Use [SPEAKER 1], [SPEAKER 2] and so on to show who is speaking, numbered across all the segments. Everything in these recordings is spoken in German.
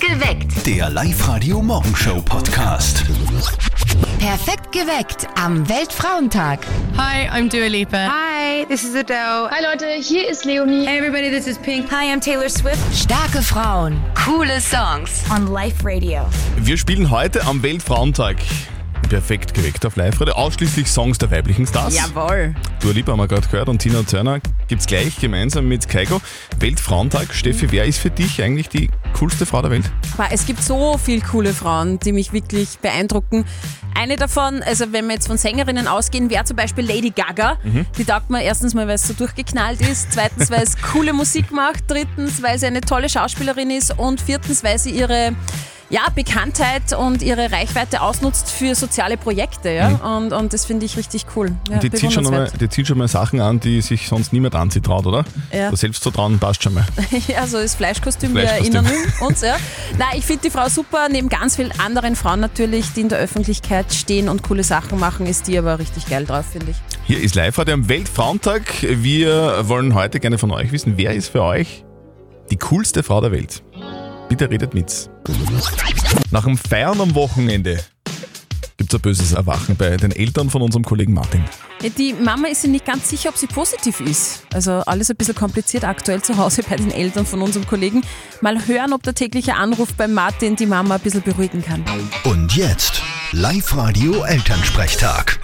[SPEAKER 1] geweckt.
[SPEAKER 2] Der Live-Radio Morgenshow Podcast.
[SPEAKER 1] Perfekt geweckt am Weltfrauentag.
[SPEAKER 3] Hi, I'm Dua
[SPEAKER 4] Ah.
[SPEAKER 3] Lipa.
[SPEAKER 5] Hi, this is Adele.
[SPEAKER 6] Hi Leute, hier ist Leonie.
[SPEAKER 7] Hey everybody, this is Pink.
[SPEAKER 8] Hi, I'm Taylor Swift
[SPEAKER 1] Starke Frauen, coole Songs.
[SPEAKER 8] on Life Radio.
[SPEAKER 9] Wir spielen heute am Weltfrauentag. Perfekt geweckt auf live -Radio. Ausschließlich Songs der weiblichen Stars.
[SPEAKER 3] Jawohl.
[SPEAKER 9] Dua Lipa haben wir gerade gehört und Tina Turner gibt's gleich gemeinsam mit Keiko. Weltfrauentag. Steffi, wer ist für dich eigentlich die coolste Frau der Welt?
[SPEAKER 3] Aber es gibt so viel coole Frauen, die mich wirklich beeindrucken. Eine davon, also wenn wir jetzt von Sängerinnen ausgehen, wäre zum Beispiel Lady Gaga.
[SPEAKER 9] Mhm.
[SPEAKER 3] Die taugt mir erstens mal, weil es so durchgeknallt ist, zweitens, weil es coole Musik macht, drittens, weil sie eine tolle Schauspielerin ist und viertens, weil sie ihre ja, Bekanntheit und ihre Reichweite ausnutzt für soziale Projekte. Ja? Und, und das finde ich richtig cool. Ja,
[SPEAKER 9] Mhm. die, zieht schon mal,
[SPEAKER 3] bewundernswert.
[SPEAKER 9] die zieht schon mal Sachen an, die sich sonst niemand anzieht traut, oder?
[SPEAKER 3] Ja.
[SPEAKER 9] Das Selbstvertrauen passt schon mal.
[SPEAKER 3] Ja, so ist Fleischkostüm,
[SPEAKER 9] Fleischkostüm.
[SPEAKER 3] wir erinnern uns. Ja. Nein, ich finde die Frau super, neben ganz vielen anderen Frauen natürlich, die in der Öffentlichkeit stehen und coole Sachen machen, ist die aber richtig geil drauf, finde ich.
[SPEAKER 9] Hier ist live heute am Weltfrauentag. Wir wollen heute gerne von euch wissen, wer ist für euch die coolste Frau der Welt? Bitte redet mit. Nach dem Feiern am Wochenende gibt es ein böses Erwachen bei den Eltern von unserem Kollegen Martin.
[SPEAKER 3] Ja, die Mama ist sich nicht ganz sicher, ob sie positiv ist. Also alles ein bisschen kompliziert aktuell zu Hause bei den Eltern von unserem Kollegen. Mal hören, ob der tägliche Anruf bei Martin die Mama ein bisschen beruhigen kann.
[SPEAKER 2] Und jetzt Live-Radio Elternsprechtag.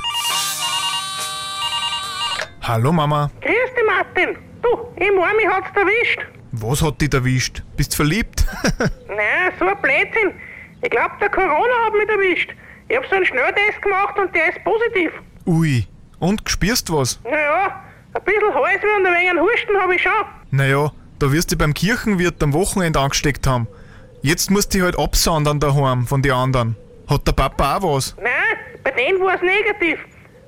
[SPEAKER 10] Hallo Mama,
[SPEAKER 11] Grüß dich, Martin. Du, im Army hat's erwischt.
[SPEAKER 10] was hat dich erwischt? Bist verliebt?
[SPEAKER 11] Nein, so ein Blödsinn. Ich glaub, der Corona hat mich erwischt. Ich hab so einen Schnelltest gemacht und der ist positiv.
[SPEAKER 10] Ui. Und gespürst was?
[SPEAKER 11] Naja, ein bisschen Halsweh und ein wenig einen Husten habe ich schon.
[SPEAKER 10] Naja, da wirst du beim Kirchenwirt am Wochenende angesteckt haben. Jetzt musst du dich halt absondern daheim von den anderen. Hat der Papa auch was?
[SPEAKER 11] Nein, bei denen war's negativ.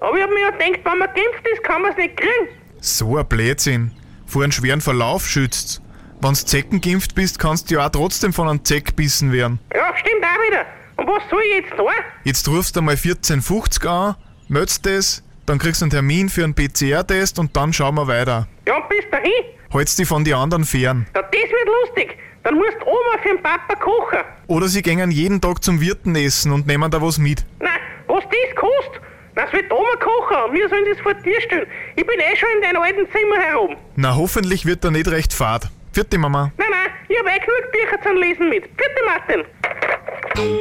[SPEAKER 11] Aber ich hab mir ja gedacht, wenn man geimpft ist, kann man's nicht kriegen.
[SPEAKER 10] So ein Blödsinn. Vor einem schweren Verlauf schützt's. Wenn's zeckengeimpft bist, kannst du ja auch trotzdem von einem Zeck bissen werden.
[SPEAKER 11] Ja, stimmt auch wieder. Und was soll ich jetzt da?
[SPEAKER 10] Jetzt rufst du mal 1450 an, meldest das, dann kriegst du einen Termin für einen PCR-Test und dann schauen wir weiter.
[SPEAKER 11] Ja, und bis dahin?
[SPEAKER 10] Halt's dich von den anderen fern.
[SPEAKER 11] Ja, das wird lustig. Dann musst du Oma für den Papa kochen.
[SPEAKER 10] Oder sie gängen jeden Tag zum Wirten essen und nehmen da was mit.
[SPEAKER 11] Nein, was das kostet? Das wird die Oma kochen und wir sollen das vor dir stellen. Ich bin eh schon in deinem alten Zimmer herum.
[SPEAKER 10] Na, hoffentlich wird er nicht recht fad. Vierte Mama.
[SPEAKER 11] Nein, nein, ich habe eh genug Bücher zum Lesen mit. Bitte, Martin.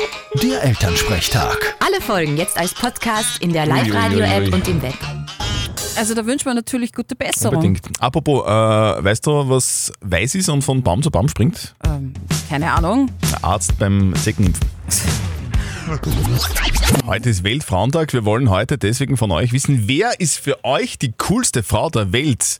[SPEAKER 2] Der Elternsprechtag.
[SPEAKER 1] Alle Folgen jetzt als Podcast in der Live-Radio-App und im Web.
[SPEAKER 3] Also da wünscht man natürlich gute Besserung.
[SPEAKER 9] Apropos, äh, weißt du, was weiß ist und von Baum zu Baum springt?
[SPEAKER 3] Ähm, keine Ahnung.
[SPEAKER 9] Der Arzt beim Zeckenimpfen. Heute ist Weltfrauentag. Wir wollen heute deswegen von euch wissen, wer ist für euch die coolste Frau der Welt?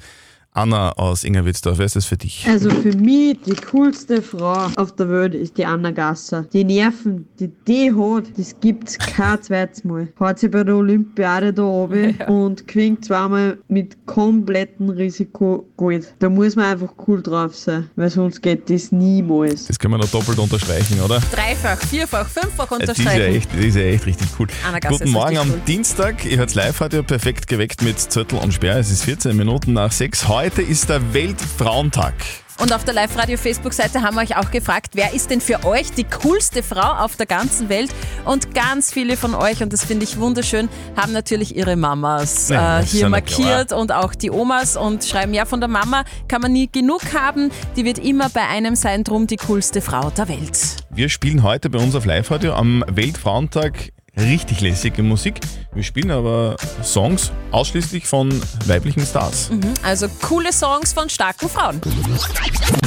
[SPEAKER 9] Anna aus Ingerwitzdorf, wer ist das für dich?
[SPEAKER 5] Also für mich die coolste Frau auf der Welt ist die Anna Gasser. Die Nerven, die die hat, das gibt's kein zweites Mal. Hat sie bei der Olympiade da oben und gewinnt zweimal mit komplettem Risiko Gold. Da muss man einfach cool drauf sein, weil sonst geht das niemals.
[SPEAKER 9] Das können wir noch doppelt unterstreichen, oder?
[SPEAKER 3] Dreifach, vierfach, fünffach
[SPEAKER 9] Äh, Die ist, ja
[SPEAKER 3] unterstreichen.
[SPEAKER 9] echt, die ist ja echt richtig cool.
[SPEAKER 3] Anna Gasser
[SPEAKER 9] Guten
[SPEAKER 3] ist
[SPEAKER 9] Morgen
[SPEAKER 3] richtig
[SPEAKER 9] am
[SPEAKER 3] cool.
[SPEAKER 9] Dienstag. Ihr hört's live heute perfekt geweckt mit Zürtel und Sperr. Es ist 14 Minuten nach 6. Heute ist der Weltfrauentag.
[SPEAKER 3] Und auf der Live-Radio-Facebook-Seite haben wir euch auch gefragt, wer ist denn für euch die coolste Frau auf der ganzen Welt? Und ganz viele von euch, und das finde ich wunderschön, haben natürlich ihre Mamas äh,
[SPEAKER 9] Ja, das ist ja
[SPEAKER 3] hier
[SPEAKER 9] na
[SPEAKER 3] markiert und auch die Omas und schreiben, ja, von der Mama kann man nie genug haben, die wird immer bei einem sein, drum die coolste Frau der Welt.
[SPEAKER 9] Wir spielen heute bei uns auf Live-Radio am Weltfrauentag richtig lässige Musik. Wir spielen aber Songs ausschließlich von weiblichen Stars.
[SPEAKER 3] Also coole Songs von starken Frauen.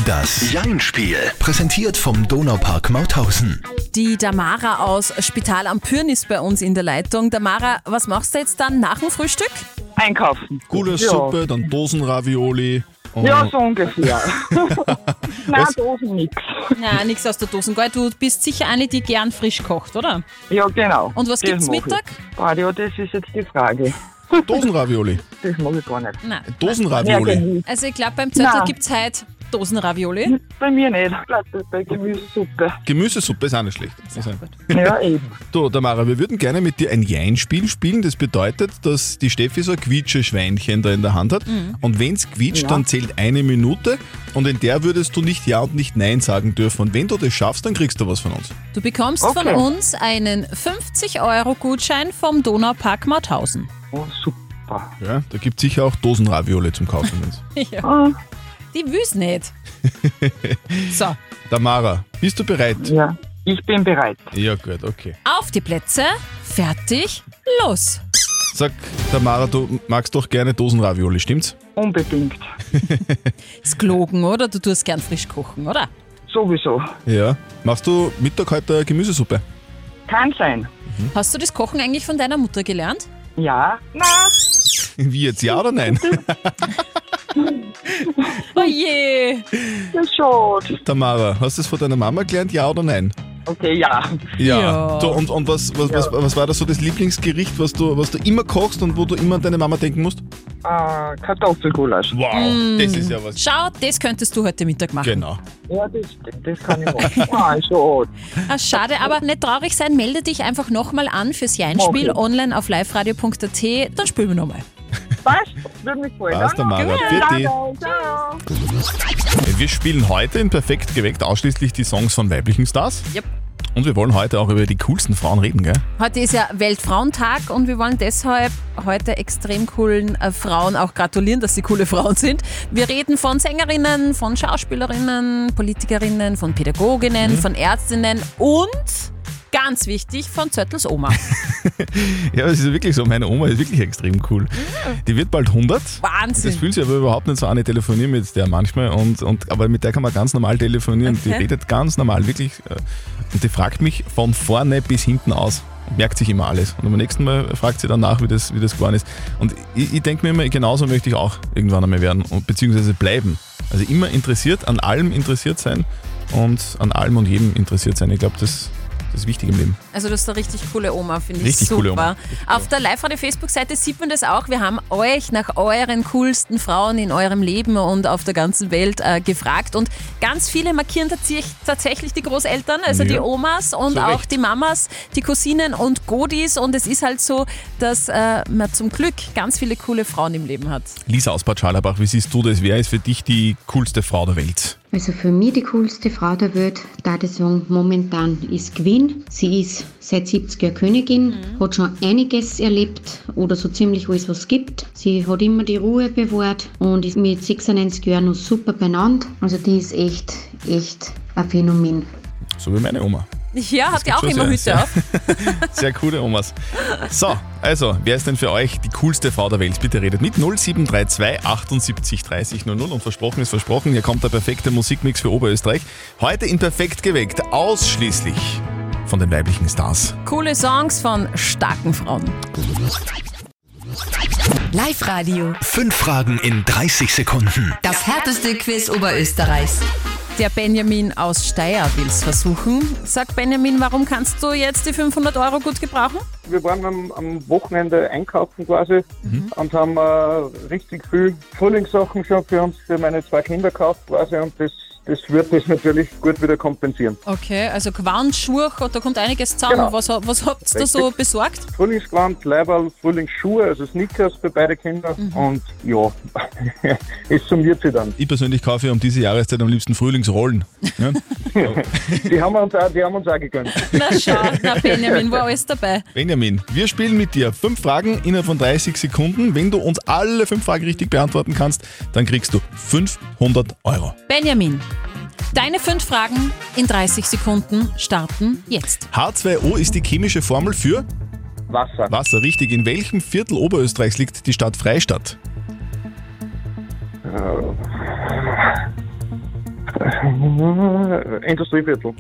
[SPEAKER 2] Das Jein-Spiel. Präsentiert vom Donaupark Mauthausen.
[SPEAKER 3] Die Damara aus Spital am Pürn ist bei uns in der Leitung. Damara, was machst du jetzt dann nach dem Frühstück?
[SPEAKER 11] Einkaufen.
[SPEAKER 9] Coole Suppe, dann Dosenravioli. Und
[SPEAKER 11] Ja, so ungefähr. Nein, Dosen nix.
[SPEAKER 3] Na, nichts aus der Dosen. Gell, Du bist sicher eine, die gern frisch kocht, oder?
[SPEAKER 11] Ja, genau.
[SPEAKER 3] Und was
[SPEAKER 11] Das
[SPEAKER 3] gibt's
[SPEAKER 11] mach ich.
[SPEAKER 3] Mittag?
[SPEAKER 11] Ah, ja, das ist jetzt die Frage.
[SPEAKER 9] Dosenravioli.
[SPEAKER 11] Das mag ich gar nicht.
[SPEAKER 3] Nein.
[SPEAKER 9] Dosenravioli.
[SPEAKER 11] genau.
[SPEAKER 3] Also ich glaube, beim Zettel
[SPEAKER 11] Nein.
[SPEAKER 3] gibt's heute Dosenravioli?
[SPEAKER 11] Bei mir nicht. Bleibt bei Gemüsesuppe.
[SPEAKER 9] Gemüsesuppe ist auch nicht schlecht. Also, Ist auch gut.
[SPEAKER 11] Ja, eben.
[SPEAKER 9] So, Tamara, wir würden gerne mit dir ein Jein-Spiel spielen. Das bedeutet, dass die Steffi so ein Quietscheschweinchen da in der Hand hat. Und wenn es quietscht, dann zählt eine Minute. Und in der würdest du nicht Ja und nicht Nein sagen dürfen. Und wenn du das schaffst, dann kriegst du was von uns.
[SPEAKER 3] Du bekommst von uns einen 50-Euro-Gutschein vom Donaupark Mauthausen.
[SPEAKER 11] Oh, super.
[SPEAKER 9] Ja, da gibt es sicher auch Dosenravioli zum Kaufen. wenn's-
[SPEAKER 3] Die wüs nicht. so,
[SPEAKER 9] Tamara, bist du bereit?
[SPEAKER 11] Ja, ich bin bereit.
[SPEAKER 9] Ja, gut, okay.
[SPEAKER 3] auf die Plätze, fertig, los.
[SPEAKER 9] Sag, Tamara, du magst doch gerne Dosenravioli, stimmt's?
[SPEAKER 11] Unbedingt.
[SPEAKER 3] Ist gelogen, oder? Du tust gern frisch kochen, oder?
[SPEAKER 11] Sowieso.
[SPEAKER 9] Ja. Machst du Mittag heute eine Gemüsesuppe?
[SPEAKER 11] Kann sein.
[SPEAKER 3] Hast du das Kochen eigentlich von deiner Mutter gelernt?
[SPEAKER 11] Ja. Na,
[SPEAKER 9] Wie jetzt, ja oder nein?
[SPEAKER 3] Oh je.
[SPEAKER 11] das schon.
[SPEAKER 9] Tamara, hast du es von deiner Mama gelernt, ja oder nein?
[SPEAKER 11] Okay, ja.
[SPEAKER 3] Ja.
[SPEAKER 9] So, und und was, was, was, was war das so das Lieblingsgericht, was du, was du immer kochst und wo du immer an deine Mama denken musst?
[SPEAKER 11] Äh, Kartoffelgulasch.
[SPEAKER 9] Wow, das ist ja was.
[SPEAKER 3] Schau, das könntest du heute Mittag machen.
[SPEAKER 9] Genau.
[SPEAKER 11] Ja, das stimmt. Das kann ich machen. Nein, schon.
[SPEAKER 3] Ah, schade, aber nicht traurig sein. Melde dich einfach nochmal an fürs Jeinspiel
[SPEAKER 11] Okay.
[SPEAKER 3] online auf liveradio.at. Dann spielen wir nochmal.
[SPEAKER 11] Passt. Würde mich freuen.
[SPEAKER 9] Passt, Tamara. Vierte.
[SPEAKER 11] Danke. Ciao.
[SPEAKER 9] Wir spielen heute in Perfekt geweckt ausschließlich die Songs von weiblichen Stars.
[SPEAKER 3] Yep.
[SPEAKER 9] Und wir wollen heute auch über die coolsten Frauen reden, gell?
[SPEAKER 3] Heute ist ja Weltfrauentag und wir wollen deshalb heute extrem coolen äh, Frauen auch gratulieren, dass sie coole Frauen sind. Wir reden von Sängerinnen, von Schauspielerinnen, Politikerinnen, von Pädagoginnen, von Ärztinnen und ganz wichtig von Zöttels Oma.
[SPEAKER 9] Ja, das ist wirklich so. Meine Oma ist wirklich extrem cool. Die wird bald 100. Das
[SPEAKER 3] Wahnsinn.
[SPEAKER 9] fühlt sich aber überhaupt nicht so an. Ich telefoniere mit der manchmal, und, und, aber mit der kann man ganz normal telefonieren. Die
[SPEAKER 3] Okay.
[SPEAKER 9] redet ganz normal, wirklich. äh, Und die fragt mich von vorne bis hinten aus. Merkt sich immer alles. Und am nächsten Mal fragt sie dann nach, wie das, wie das geworden ist. Und ich, ich denke mir immer, genauso möchte ich auch irgendwann einmal werden und beziehungsweise bleiben. Also immer interessiert, an allem interessiert sein und an allem und jedem interessiert sein. Ich glaube, das, das ist wichtig im Leben.
[SPEAKER 3] Also das ist eine richtig coole Oma, finde ich
[SPEAKER 9] Richtig
[SPEAKER 3] super.
[SPEAKER 9] coole Oma.
[SPEAKER 3] Auf der Live-Radio-Facebook-Seite sieht man das auch. Wir haben euch nach euren coolsten Frauen in eurem Leben und auf der ganzen Welt äh, gefragt. Und ganz viele markieren tatsächlich, tatsächlich die Großeltern, also
[SPEAKER 9] Ja.
[SPEAKER 3] die Omas und
[SPEAKER 9] Zu
[SPEAKER 3] auch
[SPEAKER 9] Recht.
[SPEAKER 3] die Mamas, die Cousinen und Godis. Und es ist halt so, dass äh, man zum Glück ganz viele coole Frauen im Leben hat.
[SPEAKER 9] Lisa aus Bad Schallerbach, wie siehst du das? Wer ist für dich die coolste Frau der Welt?
[SPEAKER 5] Also für mich die coolste Frau der Welt, da ich sagen, momentan ist Gwyn. Sie ist seit 70 Jahren Königin, hat schon einiges erlebt oder so ziemlich alles, was es gibt. Sie hat immer die Ruhe bewahrt und ist mit 96 Jahren noch super benannt. Also die ist echt, echt ein Phänomen.
[SPEAKER 9] So wie meine Oma.
[SPEAKER 3] Ja, habt ihr
[SPEAKER 9] gibt
[SPEAKER 3] auch
[SPEAKER 9] schon
[SPEAKER 3] immer Hütte
[SPEAKER 9] sehr-
[SPEAKER 3] auf?
[SPEAKER 9] Sehr coole Omas. So, also, wer ist denn für euch die coolste Frau der Welt? Bitte redet mit 0732 78 30 00 und versprochen ist versprochen, hier kommt der perfekte Musikmix für Oberösterreich. Heute in Perfekt geweckt, ausschließlich von den weiblichen Stars.
[SPEAKER 3] Coole Songs von starken Frauen.
[SPEAKER 1] Live-Radio.
[SPEAKER 2] Fünf Fragen in 30 Sekunden.
[SPEAKER 1] Das härteste Quiz Oberösterreichs.
[SPEAKER 3] Der Benjamin aus Steyr will es versuchen. Sag Benjamin, warum kannst du jetzt die 500 Euro gut gebrauchen?
[SPEAKER 11] Wir waren am, am Wochenende einkaufen quasi
[SPEAKER 12] Mhm.
[SPEAKER 11] und haben äh, richtig viel Frühlingssachen schon für uns, für meine zwei Kinder gekauft quasi und das, das wird das natürlich gut wieder kompensieren.
[SPEAKER 3] Okay, also Quant, Schurch, da kommt einiges zusammen.
[SPEAKER 11] Genau.
[SPEAKER 3] Was, was habt ihr da so besorgt?
[SPEAKER 11] Frühlingsgewand, Leiberl, Frühlingsschuhe, also Sneakers für beide Kinder und ja, es summiert sich dann.
[SPEAKER 9] Ich persönlich kaufe ja um diese Jahreszeit am liebsten Frühlingsrollen. ne? Ja?
[SPEAKER 11] Die haben wir uns auch, die haben wir uns auch gegönnt.
[SPEAKER 3] Na schau, na Benjamin, war alles dabei.
[SPEAKER 9] Benjamin, wir spielen mit dir fünf Fragen innerhalb von 30 Sekunden. Wenn du uns alle fünf Fragen richtig beantworten kannst, dann kriegst du 500 Euro.
[SPEAKER 3] Benjamin, deine fünf Fragen in 30 Sekunden starten jetzt.
[SPEAKER 9] H2O ist die chemische Formel für
[SPEAKER 11] Wasser,
[SPEAKER 9] Wasser, richtig. In welchem Viertel Oberösterreichs liegt die Stadt Freistadt?
[SPEAKER 11] äh, Industrieviertel,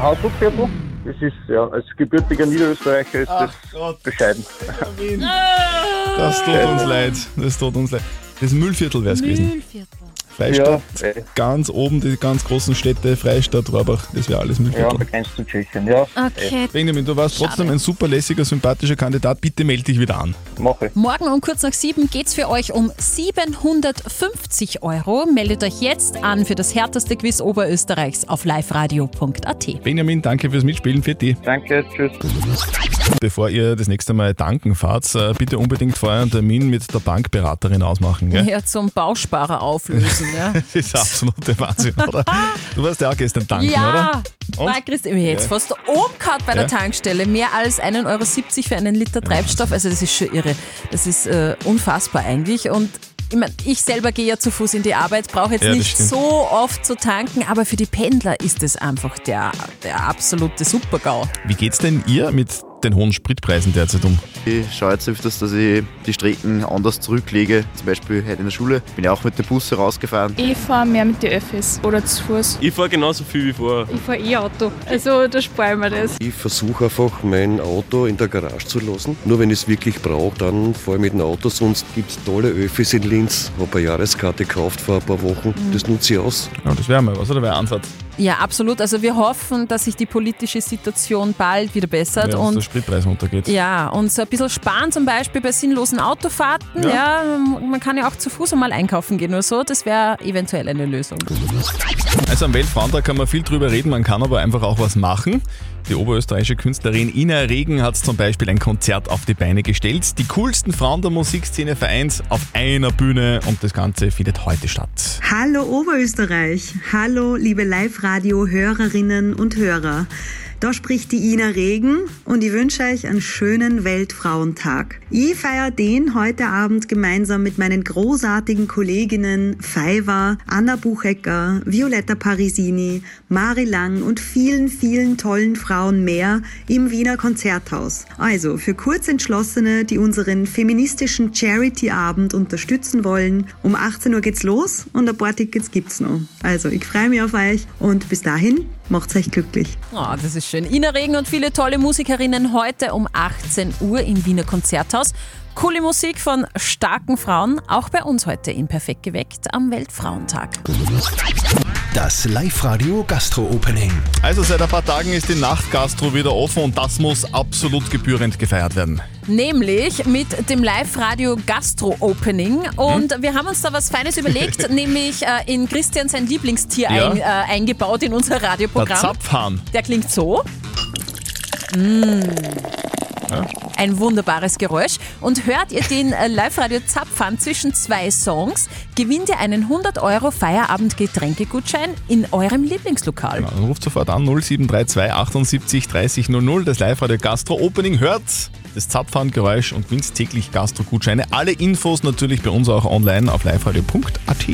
[SPEAKER 11] Hausdruckviertel, das ist ja, als gebürtiger Niederösterreicher ist das
[SPEAKER 9] Gott,
[SPEAKER 11] bescheiden.
[SPEAKER 9] das tut uns leid. Das tut uns leid. Das Müllviertel wäre es gewesen. Freistadt,
[SPEAKER 6] Ja,
[SPEAKER 11] äh,
[SPEAKER 6] eh.
[SPEAKER 9] ganz oben die ganz großen Städte, Freistadt, Rohrbach, das wäre alles möglich.
[SPEAKER 6] Ja, da kennst du Tschechien, ja.
[SPEAKER 3] Okay,
[SPEAKER 9] Benjamin, du warst trotzdem ein super lässiger, sympathischer Kandidat. Bitte melde dich wieder an.
[SPEAKER 6] Mache ich.
[SPEAKER 3] Morgen um kurz nach sieben geht's für euch um 750 Euro. Meldet euch jetzt an für das härteste Quiz Oberösterreichs auf liveradio.at.
[SPEAKER 9] Benjamin, danke fürs Mitspielen, für die.
[SPEAKER 6] Danke, tschüss.
[SPEAKER 9] Bevor ihr das nächste Mal tanken fahrt, äh, bitte unbedingt vorher einen Termin mit der Bankberaterin ausmachen. Gell?
[SPEAKER 3] Ja, zum Bausparer auflösen, ja.
[SPEAKER 9] Das ist absolute Wahnsinn, oder? Du warst ja auch gestern tanken,
[SPEAKER 3] Ja,
[SPEAKER 9] oder? Und?
[SPEAKER 3] Nein, Christian, ich hätte
[SPEAKER 9] Ja.
[SPEAKER 3] fast umgehauen bei der
[SPEAKER 9] Ja.
[SPEAKER 3] Tankstelle. Mehr als 1,70 Euro für einen Liter Treibstoff. Also das ist schon irre. Das ist äh, unfassbar eigentlich. Und ich, mein, ich selber gehe ja zu Fuß in die Arbeit, brauche jetzt
[SPEAKER 9] Ja, das
[SPEAKER 3] nicht
[SPEAKER 9] stimmt.
[SPEAKER 3] so oft zu tanken, aber für die Pendler ist es einfach der, der absolute Supergau.
[SPEAKER 9] Wie geht's denn ihr mit den hohen Spritpreisen derzeit um?
[SPEAKER 12] Ich schaue jetzt öfters, dass ich die Strecken anders zurücklege. Zum Beispiel heute in der Schule bin ich auch mit dem Bus herausgefahren.
[SPEAKER 4] Ich fahre mehr mit den Öffis oder zu Fuß.
[SPEAKER 13] Ich fahre genauso viel wie vorher.
[SPEAKER 4] Ich fahre eh Auto. Also da sparen wir das.
[SPEAKER 14] Ich versuche einfach, mein Auto in der Garage zu lassen. Nur wenn ich es wirklich brauche, dann fahre ich mit dem Auto. Sonst gibt es tolle Öffis in Linz. Habe eine Jahreskarte gekauft vor ein paar Wochen.
[SPEAKER 11] Mhm.
[SPEAKER 14] Das nutze ich aus.
[SPEAKER 9] Ja, das wäre mal was, oder wäre Ansatz?
[SPEAKER 3] Ja, absolut. Also wir hoffen, dass sich die politische Situation bald wieder bessert.
[SPEAKER 9] Ja, dass der
[SPEAKER 3] und
[SPEAKER 9] Spritpreis runtergeht.
[SPEAKER 3] ja, und so ein bisschen sparen zum Beispiel bei sinnlosen Autofahrten. Ja,
[SPEAKER 9] Ja.
[SPEAKER 3] man kann ja auch zu Fuß einmal einkaufen gehen oder so. Das wäre eventuell eine Lösung.
[SPEAKER 9] Also am Weltfrauentag kann man viel drüber reden, man kann aber einfach auch was machen. Die oberösterreichische Künstlerin Ina Regen hat zum Beispiel ein Konzert auf die Beine gestellt. Die coolsten Frauen der Musikszene vereint auf einer Bühne und das Ganze findet heute statt.
[SPEAKER 15] Hallo Oberösterreich, hallo liebe Live-Radio-Hörerinnen und Hörer. Da spricht die Ina Regen und ich wünsche euch einen schönen Weltfrauentag. Ich feiere den heute Abend gemeinsam mit meinen großartigen Kolleginnen Faiwa, Anna Buchecker, Violetta Parisini, Mari Lang und vielen, vielen tollen Frauen mehr im Wiener Konzerthaus. Also für Kurzentschlossene, die unseren feministischen Charity-Abend unterstützen wollen, um 18 Uhr geht's los und ein paar Tickets gibt's noch. Also ich freue mich auf euch und bis dahin macht's euch glücklich.
[SPEAKER 3] Oh, das ist schön. Ina Regen und viele tolle Musikerinnen heute um 18 Uhr im Wiener Konzerthaus. Coole Musik von starken Frauen, auch bei uns heute in Perfekt geweckt am Weltfrauentag.
[SPEAKER 2] Das Live-Radio Gastro-Opening.
[SPEAKER 9] Also seit ein paar Tagen ist die Nachtgastro wieder offen und das muss absolut gebührend gefeiert werden.
[SPEAKER 3] Nämlich mit dem Live-Radio Gastro-Opening. Und wir haben uns da was Feines überlegt, nämlich äh, in Christian sein Lieblingstier
[SPEAKER 9] Ja.
[SPEAKER 3] ein, äh, eingebaut in unser
[SPEAKER 9] Der
[SPEAKER 3] Radioprogramm.
[SPEAKER 9] Zapfhahn.
[SPEAKER 3] Der klingt so. Mm. Ein wunderbares Geräusch. Und hört ihr den äh, Live-Radio Zapfhahn zwischen zwei Songs, gewinnt ihr einen 100-Euro-Feierabend-Getränkegutschein in eurem Lieblingslokal.
[SPEAKER 9] Genau, dann ruft sofort an 0732 78 30 00, das Live-Radio Gastro Opening. Hört das Zapfhahn-Geräusch und winzt täglich Gastro-Gutscheine. Alle Infos natürlich bei uns auch online auf liveradio.at.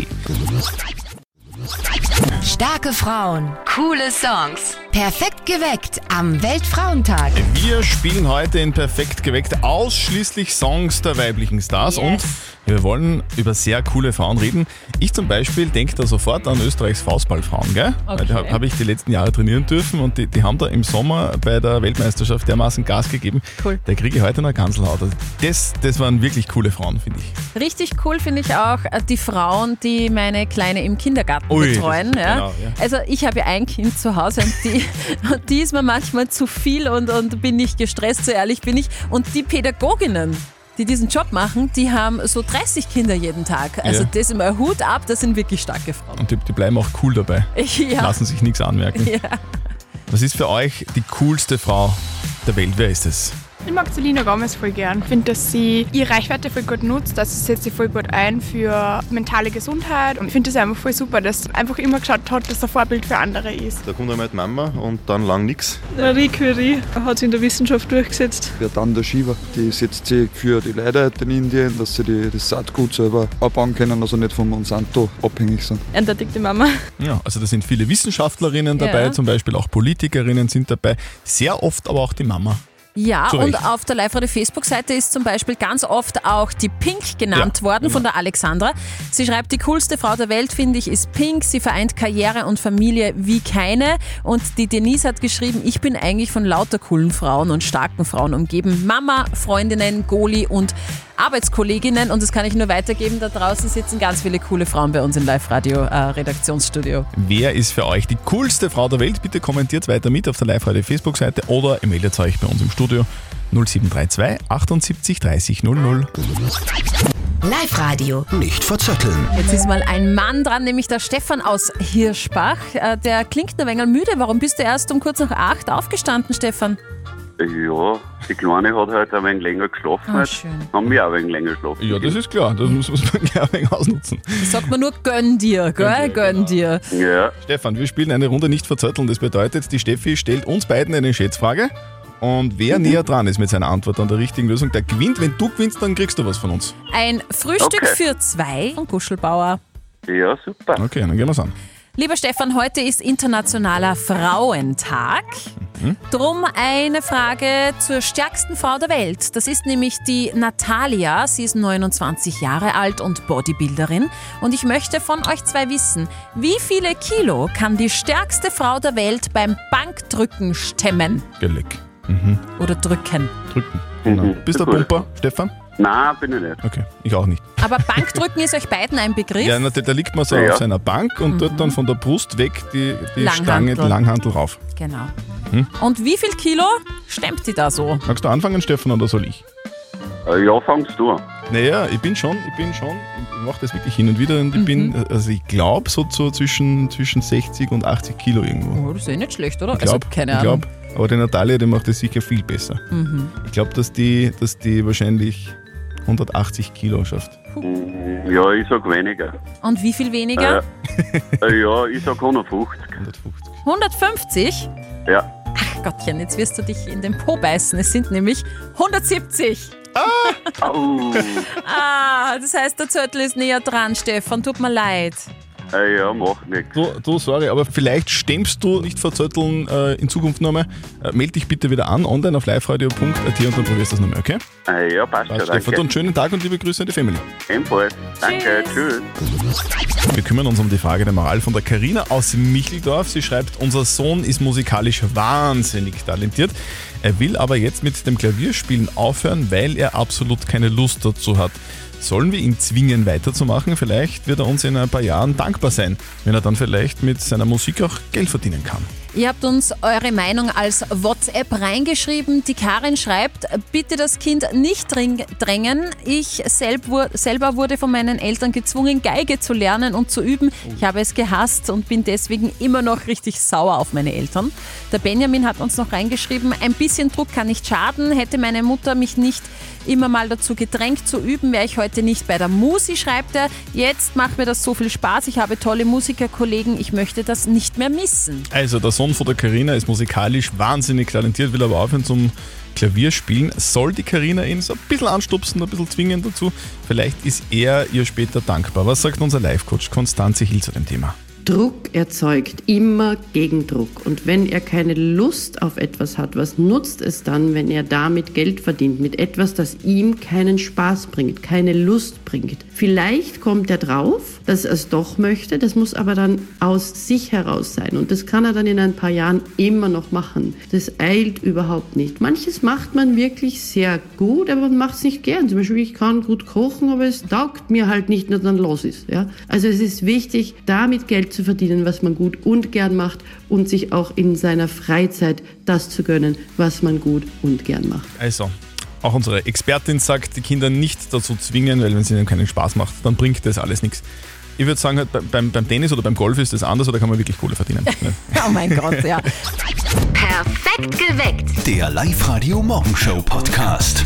[SPEAKER 1] Starke Frauen, coole Songs. Perfekt geweckt am Weltfrauentag.
[SPEAKER 9] Wir spielen heute in Perfekt geweckt ausschließlich Songs der weiblichen Stars
[SPEAKER 1] Yes.
[SPEAKER 9] und wir wollen über sehr coole Frauen reden. Ich zum Beispiel denke da sofort an Österreichs Faustballfrauen, gell? Weil die habe hab ich die letzten Jahre trainieren dürfen und die, die haben da im Sommer bei der Weltmeisterschaft dermaßen Gas gegeben.
[SPEAKER 3] Cool.
[SPEAKER 9] Da kriege ich heute noch Ganselhaut. Also Das, das waren wirklich coole Frauen, finde ich.
[SPEAKER 3] Richtig cool finde ich auch äh, die Frauen, die meine Kleine im Kindergarten
[SPEAKER 9] Ui,
[SPEAKER 3] betreuen.
[SPEAKER 9] das-
[SPEAKER 3] Ja.
[SPEAKER 9] genau, ja.
[SPEAKER 3] Also ich habe ja ein Kind zu Hause und die, und die ist mir manchmal zu viel und, und bin nicht gestresst, so ehrlich bin ich. Und die Pädagoginnen, die diesen Job machen, die haben so 30 Kinder jeden Tag. Also
[SPEAKER 9] Ja.
[SPEAKER 3] das immer Hut ab, das sind wirklich starke Frauen.
[SPEAKER 9] Und die, die bleiben auch cool dabei.
[SPEAKER 3] Ja.
[SPEAKER 9] Lassen sich nichts anmerken.
[SPEAKER 3] Ja.
[SPEAKER 9] Was ist für euch die coolste Frau der Welt? Wer ist es?
[SPEAKER 4] Ich mag Selena Gomez voll gern. Ich finde, dass sie ihre Reichweite voll gut nutzt. Also sie setzt sie voll gut ein für mentale Gesundheit. Und ich finde es einfach voll super, dass sie einfach immer geschaut hat, dass sie ein Vorbild für andere ist.
[SPEAKER 12] Da kommt einmal die Mama und dann lang nichts.
[SPEAKER 16] Marie Curie hat sich in der Wissenschaft durchgesetzt.
[SPEAKER 17] Ja, dann der Shiva, die setzt sich für die Leute in Indien, dass sie die, das Saatgut selber abbauen können, also nicht von Monsanto abhängig sind.
[SPEAKER 16] Eindeutig die Mama.
[SPEAKER 9] Ja, also da sind viele Wissenschaftlerinnen dabei,
[SPEAKER 3] Ja.
[SPEAKER 9] zum Beispiel auch Politikerinnen sind dabei, sehr oft aber auch die Mama.
[SPEAKER 3] Ja,
[SPEAKER 9] Zu
[SPEAKER 3] und
[SPEAKER 9] Recht.
[SPEAKER 3] auf der Live-Radio-Facebook-Seite ist zum Beispiel ganz oft auch die Pink genannt
[SPEAKER 9] Ja,
[SPEAKER 3] worden von
[SPEAKER 9] genau.
[SPEAKER 3] der Alexandra. Sie schreibt, die coolste Frau der Welt, finde ich, ist Pink. Sie vereint Karriere und Familie wie keine. Und die Denise hat geschrieben, ich bin eigentlich von lauter coolen Frauen und starken Frauen umgeben. Mama, Freundinnen, Goli und Arbeitskolleginnen und das kann ich nur weitergeben. Da draußen sitzen ganz viele coole Frauen bei uns im äh, Live-Radio-Redaktionsstudio.
[SPEAKER 9] Wer ist für euch die coolste Frau der Welt? Bitte kommentiert weiter mit auf der Live-Radio-Facebook-Seite oder ihr meldet euch bei uns im Studio 0732 78 30 00.
[SPEAKER 1] Live-Radio.
[SPEAKER 2] Nicht verzetteln.
[SPEAKER 3] Jetzt ist mal ein Mann dran, nämlich der Stefan aus Hirschbach. Äh, Der klingt ein wenig müde. Warum bist du erst um kurz nach acht aufgestanden, Stefan?
[SPEAKER 10] Ja, die Kleine hat halt ein wenig länger geschlafen.
[SPEAKER 3] Ah,
[SPEAKER 10] heute.
[SPEAKER 3] schön.
[SPEAKER 10] Haben wir auch ein wenig länger geschlafen.
[SPEAKER 9] Ja, das ist klar. Das muss, muss man gleich ein wenig ausnutzen.
[SPEAKER 3] Das sagt man nur, gönn dir, genau. gell? Gönn dir.
[SPEAKER 9] Ja. Stefan, wir spielen eine Runde nicht verzötteln. Das bedeutet, die Steffi stellt uns beiden eine Schätzfrage. Und wer näher dran ist mit seiner Antwort an der richtigen Lösung, der gewinnt. Wenn du gewinnst, dann kriegst du was von uns.
[SPEAKER 3] Ein Frühstück
[SPEAKER 9] Okay.
[SPEAKER 3] für zwei von Guschelbauer.
[SPEAKER 9] Ja, super. Okay, dann gehen wir's an.
[SPEAKER 3] Lieber Stefan, heute ist Internationaler Frauentag.
[SPEAKER 9] Mhm.
[SPEAKER 3] Drum eine Frage zur stärksten Frau der Welt. Das ist nämlich die Natalia. Sie ist 29 Jahre alt und Bodybuilderin. Und ich möchte von euch zwei wissen, wie viele Kilo kann die stärkste Frau der Welt beim Bankdrücken stemmen?
[SPEAKER 9] Geleck. Mhm.
[SPEAKER 3] Oder drücken.
[SPEAKER 9] Drücken. Genau. Bist du ein Pumper, Stefan?
[SPEAKER 10] Mhm. Nein, bin ich nicht.
[SPEAKER 9] Okay, ich auch nicht.
[SPEAKER 3] Aber Bankdrücken ist euch beiden ein Begriff?
[SPEAKER 9] Ja, natürlich, da liegt man so
[SPEAKER 10] Ja.
[SPEAKER 9] auf seiner Bank und dort dann von der Brust weg die, die
[SPEAKER 3] Mhm. Langhantel.
[SPEAKER 9] Stange, die Langhantel rauf.
[SPEAKER 3] Genau.
[SPEAKER 9] Hm?
[SPEAKER 3] Und wie viel Kilo stemmt die da so?
[SPEAKER 9] Magst du anfangen, Stefan, oder soll ich?
[SPEAKER 10] Äh, Ja, fangst du an.
[SPEAKER 9] Naja, ich bin schon, ich bin schon, ich mache das wirklich hin und wieder und ich bin,
[SPEAKER 3] Mhm.
[SPEAKER 9] also ich glaube so zu, zwischen, zwischen 60 und 80 Kilo irgendwo.
[SPEAKER 3] Oh, das ist eh nicht schlecht, oder?
[SPEAKER 9] Ich glaube,
[SPEAKER 3] also, keine
[SPEAKER 9] ich
[SPEAKER 3] Ahnung.
[SPEAKER 9] glaube. Aber die Natalia, die macht das sicher viel besser.
[SPEAKER 3] Mhm.
[SPEAKER 9] Ich glaube, dass die, dass die wahrscheinlich 180 Kilo schafft.
[SPEAKER 10] Mhm. Ja, ich sag weniger.
[SPEAKER 3] Und wie viel weniger?
[SPEAKER 10] Äh, äh, ja, ich sag 150.
[SPEAKER 9] 150.
[SPEAKER 3] 150?
[SPEAKER 10] Ja.
[SPEAKER 3] Ach Gottchen, jetzt wirst du dich in den Po beißen. Es sind nämlich 170.
[SPEAKER 10] Au.
[SPEAKER 3] Ah, das heißt, der Zettel ist näher dran, Stefan. Tut mir leid.
[SPEAKER 10] Äh, ja, mach nix.
[SPEAKER 9] Du, du, sorry, aber vielleicht stemmst du nicht verzötteln äh, in Zukunft nochmal. Äh, meld dich bitte wieder an, online auf liveradio.at und dann probierst du das nochmal, okay?
[SPEAKER 10] Äh, ja, passt
[SPEAKER 9] Passt,
[SPEAKER 10] schon,
[SPEAKER 9] Stefan,
[SPEAKER 10] danke.
[SPEAKER 9] dann schönen Tag und liebe Grüße an die Family.
[SPEAKER 10] Ebenfalls. Danke, tschüss.
[SPEAKER 9] Wir kümmern uns um die Frage der Moral von der Karina aus Micheldorf. Sie schreibt, unser Sohn ist musikalisch wahnsinnig talentiert. Er will aber jetzt mit dem Klavierspielen aufhören, weil er absolut keine Lust dazu hat. Sollen wir ihn zwingen weiterzumachen? Vielleicht wird er uns in ein paar Jahren dankbar sein, wenn er dann vielleicht mit seiner Musik auch Geld verdienen kann.
[SPEAKER 3] Ihr habt uns eure Meinung als WhatsApp reingeschrieben. Die Karin schreibt, bitte das Kind nicht dring- drängen. Ich selb wur- selber wurde von meinen Eltern gezwungen, Geige zu lernen und zu üben. Ich habe es gehasst und bin deswegen immer noch richtig sauer auf meine Eltern. Der Benjamin hat uns noch reingeschrieben, ein bisschen Druck kann nicht schaden. Hätte meine Mutter mich nicht immer mal dazu gedrängt zu üben, wäre ich heute nicht bei der Musi, schreibt er. Jetzt macht mir das so viel Spaß. Ich habe tolle Musikerkollegen. Ich möchte das nicht mehr missen.
[SPEAKER 9] Also, der Sohn von der Karina ist musikalisch wahnsinnig talentiert, will aber aufhören zum Klavierspielen. Soll die Karina ihn so ein bisschen anstupsen, ein bisschen zwingen dazu? Vielleicht ist er ihr später dankbar. Was sagt unser Live-Coach Konstanze Hill zu dem Thema?
[SPEAKER 11] Druck erzeugt immer Gegendruck. Und wenn er keine Lust auf etwas hat, was nutzt es dann, wenn er damit Geld verdient? Mit etwas, das ihm keinen Spaß bringt, keine Lust bringt. Vielleicht kommt er drauf, dass er es doch möchte. Das muss aber dann aus sich heraus sein. Und das kann er dann in ein paar Jahren immer noch machen. Das eilt überhaupt nicht. Manches macht man wirklich sehr gut, aber man macht es nicht gern. Zum Beispiel, ich kann gut kochen, aber es taugt mir halt nicht, dass dann los ist. Ja? Also es ist wichtig, damit Geld zu verdienen, was man gut und gern macht und sich auch in seiner Freizeit das zu gönnen, was man gut und gern macht.
[SPEAKER 9] Also, auch unsere Expertin sagt, die Kinder nicht dazu zwingen, weil wenn es ihnen keinen Spaß macht, dann bringt das alles nichts. Ich würde sagen, halt, beim, beim Tennis oder beim Golf ist das anders, oder kann man wirklich Kohle verdienen.
[SPEAKER 3] Oh mein Gott, ja.
[SPEAKER 1] Perfekt geweckt.
[SPEAKER 2] Der Live-Radio Morgenshow Podcast.